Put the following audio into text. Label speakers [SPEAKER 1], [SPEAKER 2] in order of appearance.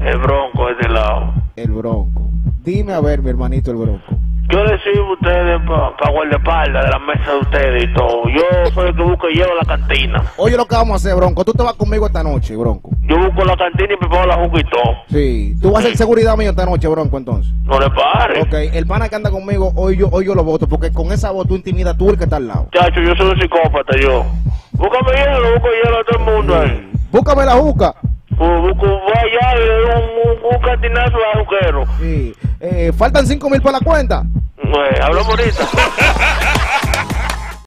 [SPEAKER 1] El bronco de este lado.
[SPEAKER 2] El bronco. Dime a ver, mi hermanito, el bronco.
[SPEAKER 1] Yo les sirvo a ustedes para pa guardaespaldas de la mesa de ustedes y todo. Yo soy el que busco y llevo la cantina.
[SPEAKER 2] Oye, lo que vamos a hacer, bronco. Tú te vas conmigo esta noche, bronco.
[SPEAKER 1] Yo busco la cantina y preparo la juca y todo.
[SPEAKER 2] Sí. Tú vas a ser seguridad mío esta noche, bronco, entonces.
[SPEAKER 1] No le pare.
[SPEAKER 2] Ok, el pana que anda conmigo, hoy yo, hoy yo lo voto, porque con esa voz tú intimidas tú el que está al lado.
[SPEAKER 1] Chacho, yo soy un psicópata, yo. Búscame hielo, busco hielo a todo el mundo ahí.
[SPEAKER 2] Búscame la juca.
[SPEAKER 1] Bu- Busco, voy allá y le doy un, un, un cantinazo al aguquero.
[SPEAKER 2] Sí. Eh, faltan cinco mil para la cuenta.
[SPEAKER 1] Eh, hablamos ahorita.